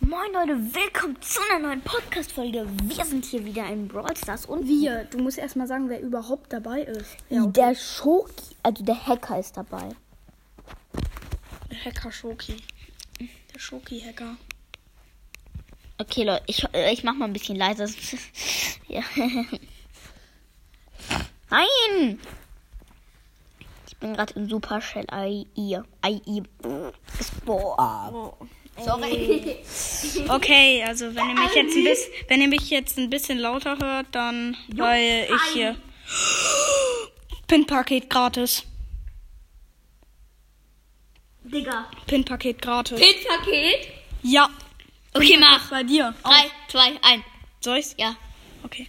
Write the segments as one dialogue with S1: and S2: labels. S1: Moin Leute, willkommen zu einer neuen Podcast-Folge. Wir sind hier wieder in Brawl Stars und
S2: Wir, du musst erstmal sagen, wer überhaupt dabei ist.
S1: der Schoki, also der Hacker ist dabei.
S2: Hacker Schoki. Der Schoki-Hacker.
S1: Okay Leute, ich, äh, ich mach mal ein bisschen leiser. sonst- ja. Nein! Ich bin gerade in Super Shell AI. AI. Boah.
S2: Oh.
S1: Sorry.
S2: Okay, also wenn ihr mich jetzt ein bisschen, wenn ihr mich jetzt ein bisschen lauter hört, dann weil ich hier Pin-Paket gratis.
S1: Digga.
S2: Pin-Paket gratis.
S1: Bildpaket.
S2: Ja,
S1: Okay, mach.
S2: bei dir. Auch.
S1: 3, 2, 1.
S2: Soll ich's?
S1: Ja.
S2: Okay.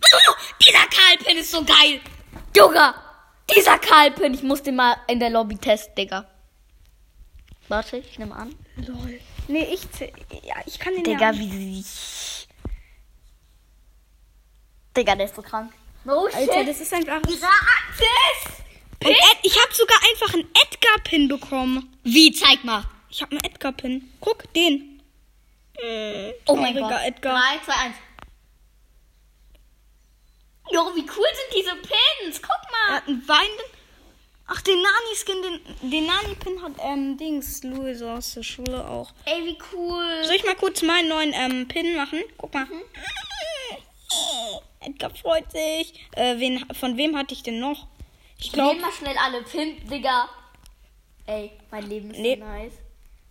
S1: Dieser Karlpin ist so geil. Digga, dieser Karlpin, ich muss den mal in der Lobby testen, Digga. Warte, ich nehme an.
S2: Lol. Nee, ich zäh- ja, ich kann den
S1: Digga,
S2: ja.
S1: wie sie. Digga, der ist so krank. No
S2: Alter, das ist einfach
S1: dieser Axis!
S2: Und Ed, ich habe sogar einfach einen Edgar-Pin bekommen.
S1: Wie, zeig mal.
S2: Ich habe einen Edgar-Pin. Guck, den. Mm,
S1: Oh mein
S2: trauriger
S1: Gott.
S2: Edgar.
S1: 3, 2, 1. Jo, wie cool sind diese Pins? Guck
S2: Er
S1: mal.
S2: hat einen weinenden. Ach, den Nani-Skin, den, den Nani-Pin hat ähm, Dings, Louis aus der Schule auch.
S1: Ey, wie cool.
S2: Soll ich mal kurz meinen neuen ähm, Pin machen? Guck mal.
S1: Mhm.
S2: Äh, Edgar freut sich. Äh, wen, von wem hatte ich denn noch? Ich
S1: Glaub.
S2: glaube.
S1: Nehmen mal schnell alle Pins, Digga. Ey, mein Leben ist
S2: Nee.
S1: so nice.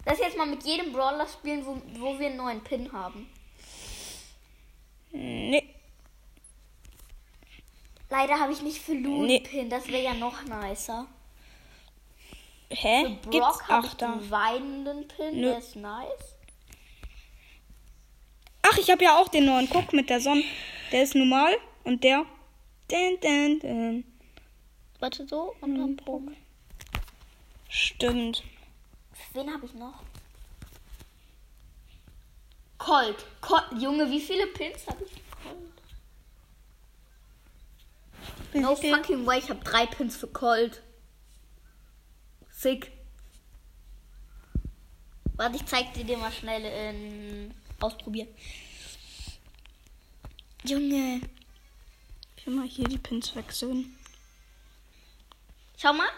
S1: Lass jetzt mal mit jedem Brawler spielen, wo, wo wir einen neuen Pin haben.
S2: Nee.
S1: Leider habe ich nicht für Lou
S2: Nee.
S1: einen Pin, das wäre ja noch nicer. Für
S2: Hä? Gibt's?
S1: Brock habe
S2: Ach,
S1: ich
S2: da.
S1: den weinenden Pin,
S2: Nö.
S1: der ist nice.
S2: Ach, ich habe ja auch den neuen. Guck mit der Sonne. Der ist normal und der. Dun, dun, dun.
S1: Warte, so und dann Brock.
S2: Stimmt.
S1: Wen habe ich noch? Colt. Colt. Junge, wie viele Pins habe ich? für Colt? No fucking way, ich habe drei Pins für Colt. Sick. Warte, ich zeig dir den mal schnell in... ausprobieren. Junge.
S2: Ich will mal hier die Pins wechseln.
S1: Schau mal.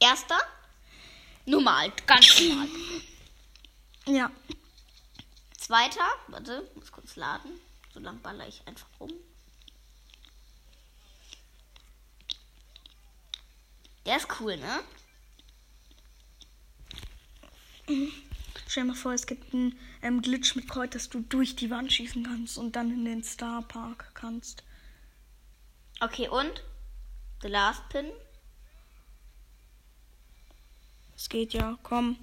S1: Erster. Normal, ganz normal.
S2: Ja.
S1: Zweiter, warte, muss kurz laden. So lang baller ich einfach um. rum. Der ist cool, ne?
S2: Stell dir mal vor, es gibt einen ähm, Glitch mit Kreuz, dass du durch die Wand schießen kannst und dann in den Star Park kannst.
S1: Okay, und? The Last Pin.
S2: Es geht ja, komm.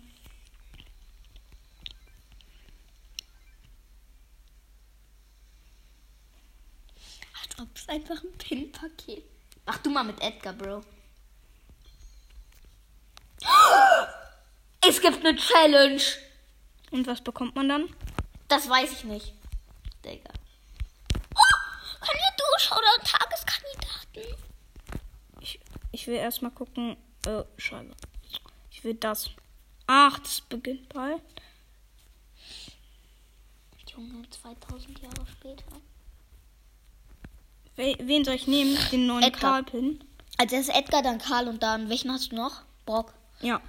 S1: Als ob es einfach ein Pin-Paket. Mach du mal mit Edgar, Bro. Es gibt eine Challenge.
S2: Und was bekommt man dann?
S1: Das weiß ich nicht. Digga. Oh, Kandidat oder Tageskandidaten?
S2: Ich, ich will erstmal gucken. Äh, scheiße. Ich will das. Ach, das beginnt bald.
S1: Junge, 2000 Jahre später.
S2: We wen soll ich nehmen? Den neuen
S1: Edgar.
S2: Karlpin?
S1: Als erst Also, Edgar, dann Karl und dann. Welchen hast du noch? Brock.
S2: Ja.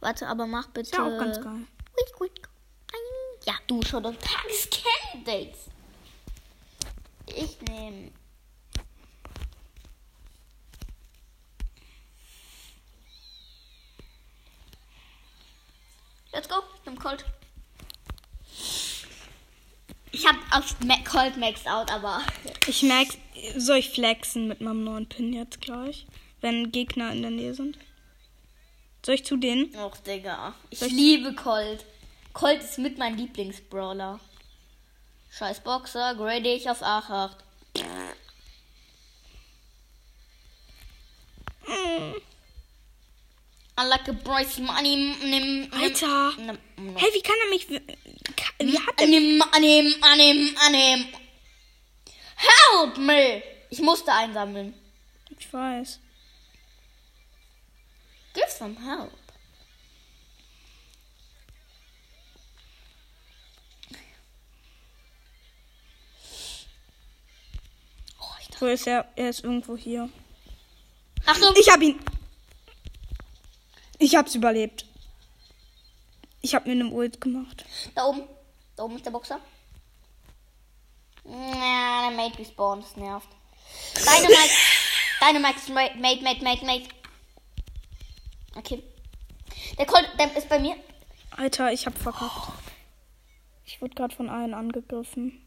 S1: Warte, aber mach bitte.
S2: Ist ja auch ganz geil.
S1: Quick, quick. Ein- Ja, du schon. Und Tagescandidates. Ich nehme. Let's go. Ich nehme Colt. Ich habe auf Ma- Colt maxed out, aber.
S2: Ich merk, soll ich flexen mit meinem neuen Pin jetzt gleich? Wenn Gegner in der Nähe sind? Soll ich zu denen?
S1: Och, Digga. Ich
S2: Soll ich-
S1: liebe Colt. Colt ist mit mein Lieblingsbrawler. Scheiß Boxer, grade ich auf A8.
S2: Hm, Ähm,
S1: I like a boy's money. Nimm, nimm,
S2: Alter.
S1: Nimm, nimm,
S2: Hey, wie kann er mich. Wie hat er.
S1: nimm, annehmen, annehmen, annehmen. Help me! Ich musste einsammeln.
S2: Ich weiß.
S1: Give some help. Oh,
S2: Wo ist er? Er ist irgendwo hier.
S1: Achtung,
S2: Ich hab ihn. Ich hab's überlebt. Ich hab mir einen Ult gemacht.
S1: da oben. Da oben ist der Boxer. Na, der Mate respawnt, das nervt. Dynamite, Dynamite ist Mate, Mate, Mate, Mate, Mate. Okay. Der Colt, der ist bei mir.
S2: Alter, ich hab verkackt. Ich wurde gerade von allen angegriffen.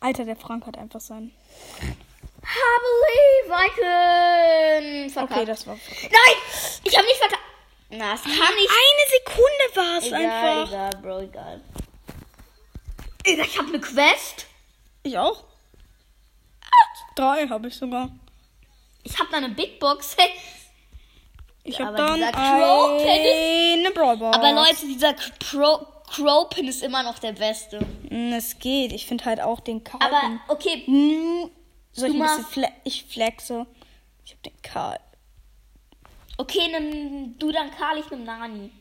S2: Alter, der Frank hat einfach sein.
S1: I believe I can. Verkackt.
S2: Okay, das war verkackt.
S1: Nein, ich habe nicht verkackt. Na, das kann ich.
S2: Eine Sekunde war es
S1: Egal,
S2: einfach.
S1: egal, Bro, egal. Digga, ich habe eine Quest.
S2: Ich auch? Drei habe ich sogar.
S1: Ich habe da eine Big Box. Hey.
S2: Ich
S1: Ja,
S2: habe
S1: aber
S2: dann
S1: dieser Crow
S2: eine Brawl Box.
S1: Aber Leute, dieser Crow, Crowpin ist immer noch der beste.
S2: Mm, Es geht. Ich finde halt auch den Karl.
S1: Aber okay,
S2: Mm, soll ich
S1: Du
S2: ein bisschen
S1: machst-
S2: fle ich flexe. Ich habe den Karl.
S1: okay, nimm du dann Karl, ich nimm Nani.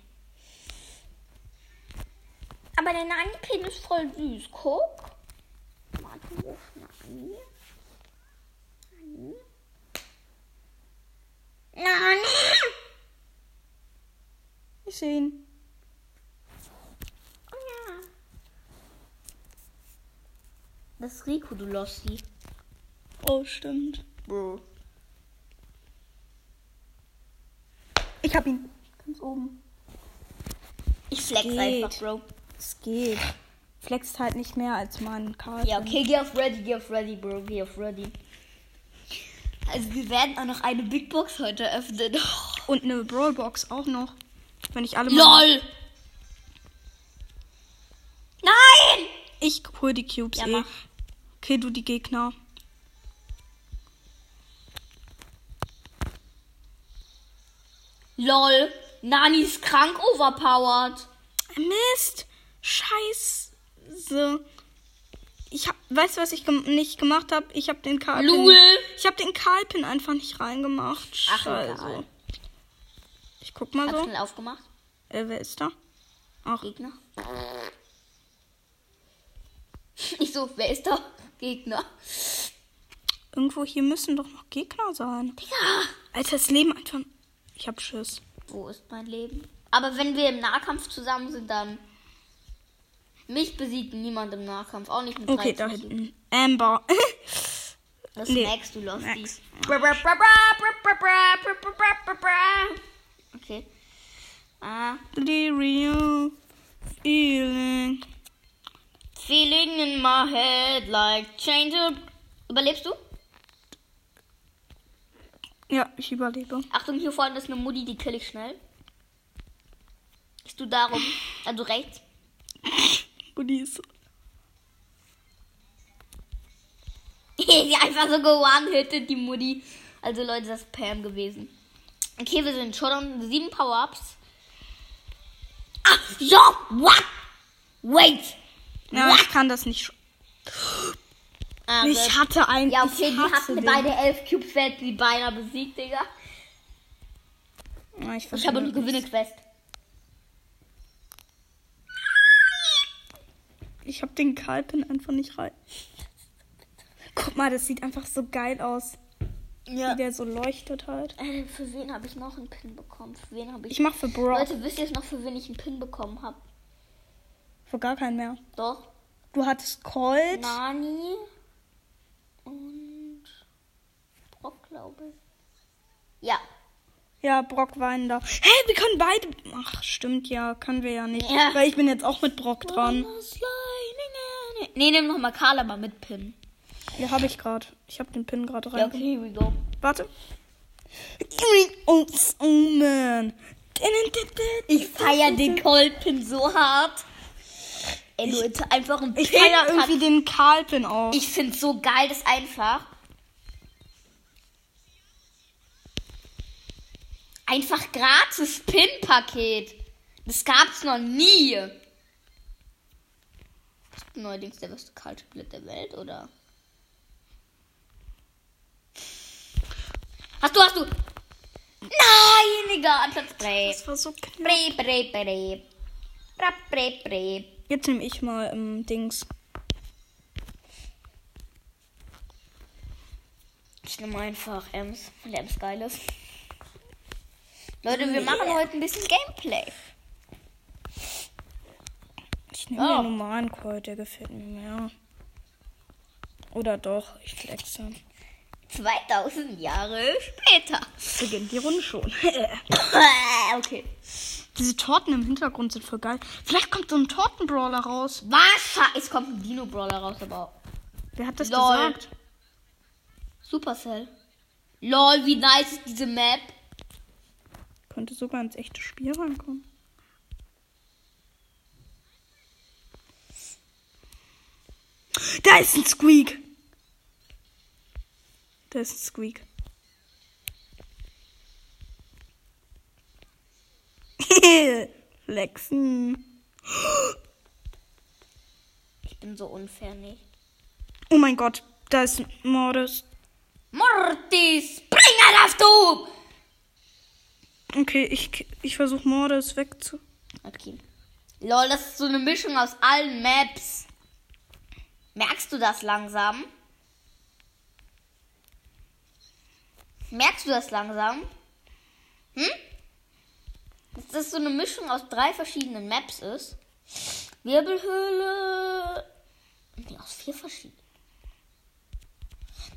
S1: Aber der Nani-Pin ist voll süß. Guck. Warte, wo ist Nani? Nani? Nani!
S2: Ich sehe ihn.
S1: Oh Das ist Rico, du Lossi.
S2: Oh, stimmt.
S1: Bro.
S2: Ich habe ihn.
S1: Ganz oben. Ich flex
S2: Geht.
S1: einfach, Bro.
S2: Es geht. Flext halt nicht mehr als mein Karl.
S1: Ja, okay, geh auf ready, geh auf ready, Bro, geh auf ready. Also wir werden auch noch eine Big Box heute öffnen.
S2: Und eine Brawl Box auch noch. Wenn ich alle mal.
S1: LOL! Nein!
S2: Ich hol die Cubes
S1: Ja,
S2: eh.
S1: mach.
S2: Okay, du die Gegner.
S1: LOL! Nani ist krank overpowered.
S2: Mist! Scheiße! Ich hab, weißt du, was ich gem nicht gemacht habe? Ich habe den Karlpin.
S1: Lul.
S2: Ich habe den Karlpin einfach nicht reingemacht.
S1: Ach,
S2: Scheiße.
S1: egal. ne-
S2: ich guck mal
S1: Hab
S2: so.
S1: schnell aufgemacht.
S2: Äh, wer ist da? Ach,
S1: Gegner. Ich so, wer ist da? Gegner.
S2: irgendwo hier müssen doch noch Gegner sein.
S1: Digga!
S2: Alter, das Leben einfach. Ich hab Schiss.
S1: Wo ist mein Leben? Aber wenn wir im Nahkampf zusammen sind, dann. Mich besiegt niemand im Nahkampf. Auch nicht mit
S2: Okay,
S1: 13
S2: da
S1: Cubes.
S2: hinten. Amber.
S1: Das
S2: Nee.
S1: merkst du, Losty.
S2: Max.
S1: Bra, bra, bra, bra, bra, bra, bra, bra, bra, bra, bra, bra. Okay. Ah,
S2: The real feeling.
S1: feeling in my head like change of... Überlebst du?
S2: Ja, ich überlebe.
S1: Achtung, hier vorne ist eine Mutti, die kill ich schnell. Bist du darum? Also rechts.
S2: Buddies.
S1: die einfach so one-hitted, die Mutti. Also Leute, das ist Pam gewesen. Okay, wir sind schon um sieben Power-Ups. Ah, so, what? Wait.
S2: Na, ich kann das nicht. sch-
S1: Ah,
S2: Ich hatte einen.
S1: Ja, okay,
S2: ich
S1: die
S2: hasse
S1: hatten
S2: den.
S1: beide elf Cubes, wer hätte die beinahe besiegt, Digga.
S2: Ja, Oh, ich
S1: Ich habe eine
S2: verstehe.
S1: Gewinne-Quest.
S2: Ich habe den Kalpin einfach nicht rein. Guck mal, das sieht einfach so geil aus,
S1: Ja.
S2: wie der so leuchtet halt.
S1: Äh, für wen habe ich noch einen Pin bekommen? Für wen habe ich...
S2: Ich mache für Brock,
S1: Leute, wisst ihr jetzt noch, für wen ich einen Pin bekommen habe?
S2: für gar keinen mehr.
S1: Doch.
S2: Du hattest Colt.
S1: Nani. Und... Brock, glaube ich. Ja.
S2: Ja, Brock war in da. Hä, wir können beide. Ach, stimmt ja, können wir ja nicht,
S1: Ja.
S2: weil ich bin jetzt auch mit Brock dran.
S1: Nee, nimm nochmal Karl aber mit Pin.
S2: Ja, habe ich gerade. Ich habe den Pin gerade rein.
S1: Ja, okay, here we go.
S2: Warte. Ups, oh man.
S1: Ich feier den Cold-Pin so hart. Ey, Leute, einfach ein Pin.
S2: Ich feier
S1: kann-
S2: irgendwie den Karlpin auch.
S1: Ich find's so geil, das einfach. Einfach gratis Pin-Paket. Das gab's noch nie. Bist du neuerdings der beste Kartenspieler der Welt, oder? Hast du, hast du. Nein, Digga, an Platz 3.
S2: das war so knapp.
S1: Bre, bre, bre. Bra, bre, bre.
S2: Jetzt nehme ich mal ähm, Dings.
S1: Ich nehme einfach Ems, weil Ems geil ist. Leute, wir machen heute ein bisschen Gameplay.
S2: Ich nehme
S3: Oh.
S1: Ja.
S2: den normalen Colt, der gefällt mir mehr. Oder doch, ich kleckse.
S1: 2000 Jahre später.
S2: Beginnt die Runde schon.
S1: okay.
S3: Diese Torten im Hintergrund sind voll geil. Vielleicht kommt so ein Tortenbrawler raus.
S1: Wahrscheinlich. Es kommt ein Dino-Brawler raus, aber.
S3: Wer hat das
S1: Lol.
S3: gesagt?
S1: Supercell. Lol, wie nice ist diese Map?
S2: Könnte sogar ins echte Spiel reinkommen. Da ist ein Squeak. Da ist ein Squeak. Flexen.
S1: Ich bin so unfair, nicht?
S2: Oh mein Gott, da ist ein Mordes.
S1: Mortis, spring auf du!
S2: Okay, ich, ich versuche Mordes wegzu.
S1: Okay. Lol, das ist so eine Mischung aus allen Maps. Merkst du das langsam? Merkst du das langsam? Hm? Dass das so eine Mischung aus drei verschiedenen Maps ist. Wirbelhöhle. Nee, aus vier verschiedenen.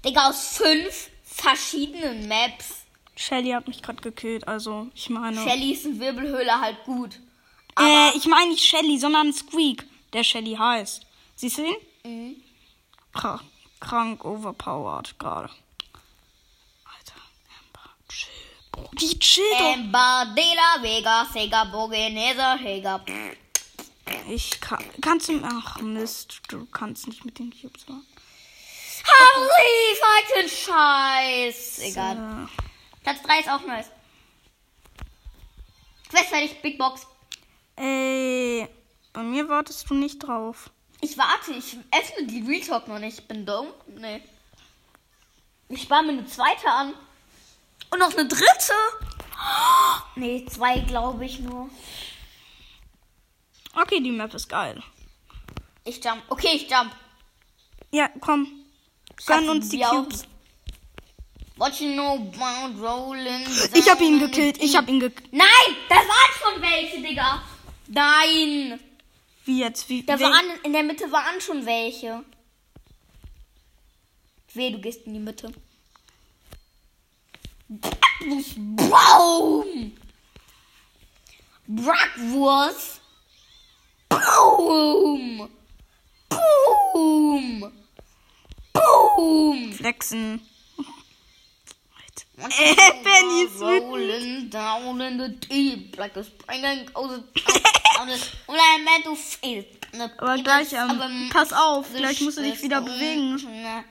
S1: Digga, aus fünf verschiedenen Maps.
S2: Shelly hat mich gerade gekillt, also ich meine.
S1: Shelly ist in Wirbelhöhle halt gut.
S2: Äh, ich meine nicht Shelly, sondern Squeak, der Shelly heißt. Siehst du ihn?
S1: Mhm.
S2: Kra krank overpowered gerade. Alter, Amber, chill. Brudi, chill
S1: Ähm.
S2: doch.
S1: Ember, de la Vega, Sega, Bogenese, Sega.
S2: Ich kann, kannst du, ach Mist, du kannst nicht mit den Cubes machen.
S1: Harry, fight den Scheiß. Egal.
S2: Äh,
S1: Platz 3 ist auch nice. Quest fertig, Big Box.
S2: Äh, ey, bei mir wartest du nicht drauf.
S1: Ich warte, ich öffne die Real Talk noch nicht. Ich bin dumm. Nee. Ich spare mir eine zweite an. Und noch eine dritte. Nee, zwei glaube ich nur.
S2: Okay, die Map ist geil.
S1: Ich jump. Okay, ich jump.
S2: Ja, komm. Gönn
S1: Schaffen
S2: uns die
S1: wir auch.
S2: Cubes.
S1: Watching no bound rolling.
S2: Ich hab ihn gekillt, ich hab ihn gekillt.
S1: Nein, da waren schon welche, Digga. Nein,
S2: Wie jetzt? Wie,
S1: da
S2: wen-
S1: waren, in der Mitte waren schon welche. Weh, du gehst in die Mitte. Bratwurst, Boom! Bratwurst! Boom! Boom! Boom!
S2: Flexen.
S1: Äh,
S2: Benny ist
S1: Rolling down in the deep like a springing goes down the well, I meant to feel.
S2: Aber gleich, ähm, pass auf, gleich musst du dich wieder
S1: ähm.
S2: bewegen.
S1: ne,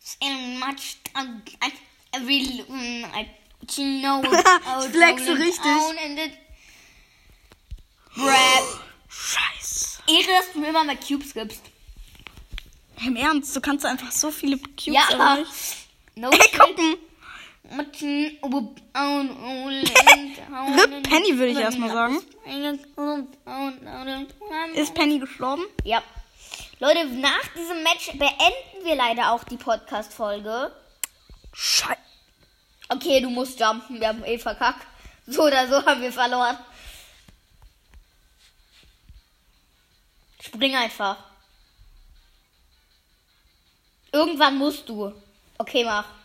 S1: So much um, I every mm, I you know
S2: Ich flexe
S1: rolling
S2: richtig.
S1: down in the Brad.
S2: Scheiße.
S1: Ehre, dass du mir immer mal Cubes gibst.
S2: Im Ernst, du kannst einfach so viele Cubes
S1: ja.
S2: erreichen.
S1: No oh,
S2: Ey, gucken.
S1: Mutten, oben, oben, oben,
S2: Rip Penny, würde ich erst mal sagen. Ist Penny gestorben?
S1: Ja. Leute, nach diesem Match beenden wir leider auch die Podcast-Folge.
S2: Scheiße.
S1: Okay, du musst jumpen, wir haben eh verkackt. So oder so haben wir verloren. Spring einfach. Irgendwann musst du. Okay, mach.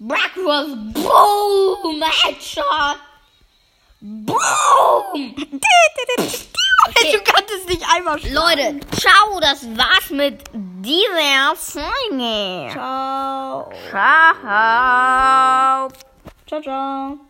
S1: Backwards, boom, Headshot. Boom. Okay.
S2: Du kanntest nicht einmal sch-
S1: Leute, ciao, das war's mit dieser Folge.
S2: Ciao.
S1: Ciao.
S2: Ciao, ciao.